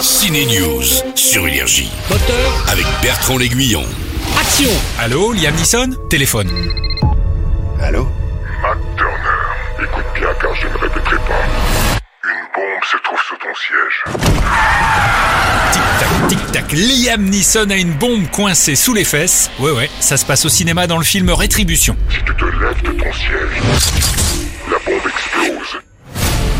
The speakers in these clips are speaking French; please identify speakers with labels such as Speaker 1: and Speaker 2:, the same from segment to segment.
Speaker 1: Ciné News sur Énergie
Speaker 2: Moteur,
Speaker 1: avec Bertrand L'Aiguillon.
Speaker 2: action
Speaker 3: Allô, Liam Neeson Téléphone.
Speaker 4: Allô
Speaker 5: Matt Turner, écoute bien car je ne répéterai pas. Une bombe se trouve sous ton siège.
Speaker 3: Tic-tac, tic-tac. Liam Neeson a une bombe coincée sous les fesses. Ouais, ouais, ça se passe au cinéma dans le film Rétribution.
Speaker 5: Si tu te lèves de ton siège, la bombe explose.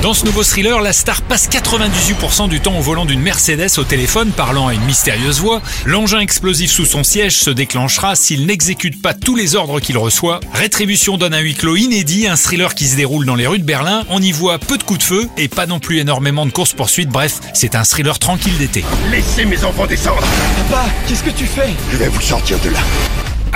Speaker 3: Dans ce nouveau thriller, la star passe 98% du temps au volant d'une Mercedes au téléphone parlant à une mystérieuse voix. L'engin explosif sous son siège se déclenchera s'il n'exécute pas tous les ordres qu'il reçoit. Rétribution donne un huis clos inédit, un thriller qui se déroule dans les rues de Berlin. On y voit peu de coups de feu et pas non plus énormément de courses-poursuites. Bref, c'est un thriller tranquille d'été.
Speaker 5: Laissez mes enfants descendre
Speaker 2: Papa, qu'est-ce que tu fais
Speaker 4: Je vais vous sortir de là.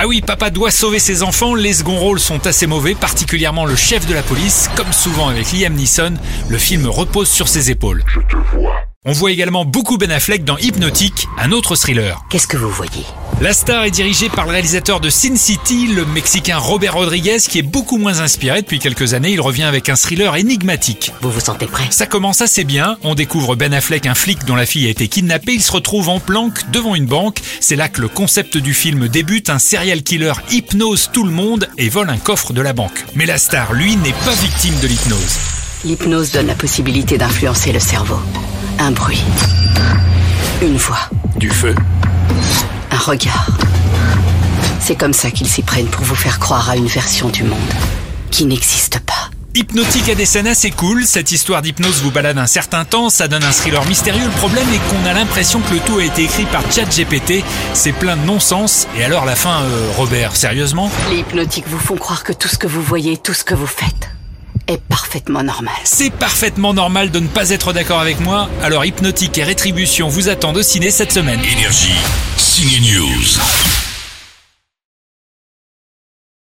Speaker 3: Ah oui, papa doit sauver ses enfants, les seconds rôles sont assez mauvais, particulièrement le chef de la police, comme souvent avec Liam Neeson, le film repose sur ses épaules.
Speaker 5: Je te vois.
Speaker 3: On voit également beaucoup Ben Affleck dans Hypnotique, un autre thriller.
Speaker 6: Qu'est-ce que vous voyez
Speaker 3: La star est dirigée par le réalisateur de Sin City, le Mexicain Robert Rodriguez, qui est beaucoup moins inspiré depuis quelques années, il revient avec un thriller énigmatique.
Speaker 6: Vous vous sentez prêt
Speaker 3: Ça commence assez bien, on découvre Ben Affleck, un flic dont la fille a été kidnappée, il se retrouve en planque devant une banque, c'est là que le concept du film débute, un serial killer hypnose tout le monde et vole un coffre de la banque. Mais la star, lui, n'est pas victime de l'hypnose.
Speaker 6: L'hypnose donne la possibilité d'influencer le cerveau. Un bruit. Une voix.
Speaker 1: Du feu.
Speaker 6: Un regard. C'est comme ça qu'ils s'y prennent pour vous faire croire à une version du monde qui n'existe pas.
Speaker 3: Hypnotique a des scènes assez cool, cette histoire d'hypnose vous balade un certain temps, ça donne un thriller mystérieux, le problème est qu'on a l'impression que le tout a été écrit par ChatGPT, c'est plein de non-sens, et alors la fin, euh, Robert, sérieusement
Speaker 6: Les hypnotiques vous font croire que tout ce que vous voyez, tout ce que vous faites, est parfaitement normal.
Speaker 3: C'est parfaitement normal de ne pas être d'accord avec moi, alors Hypnotique et Rétribution vous attendent au ciné cette semaine.
Speaker 1: Énergie. Ciné News.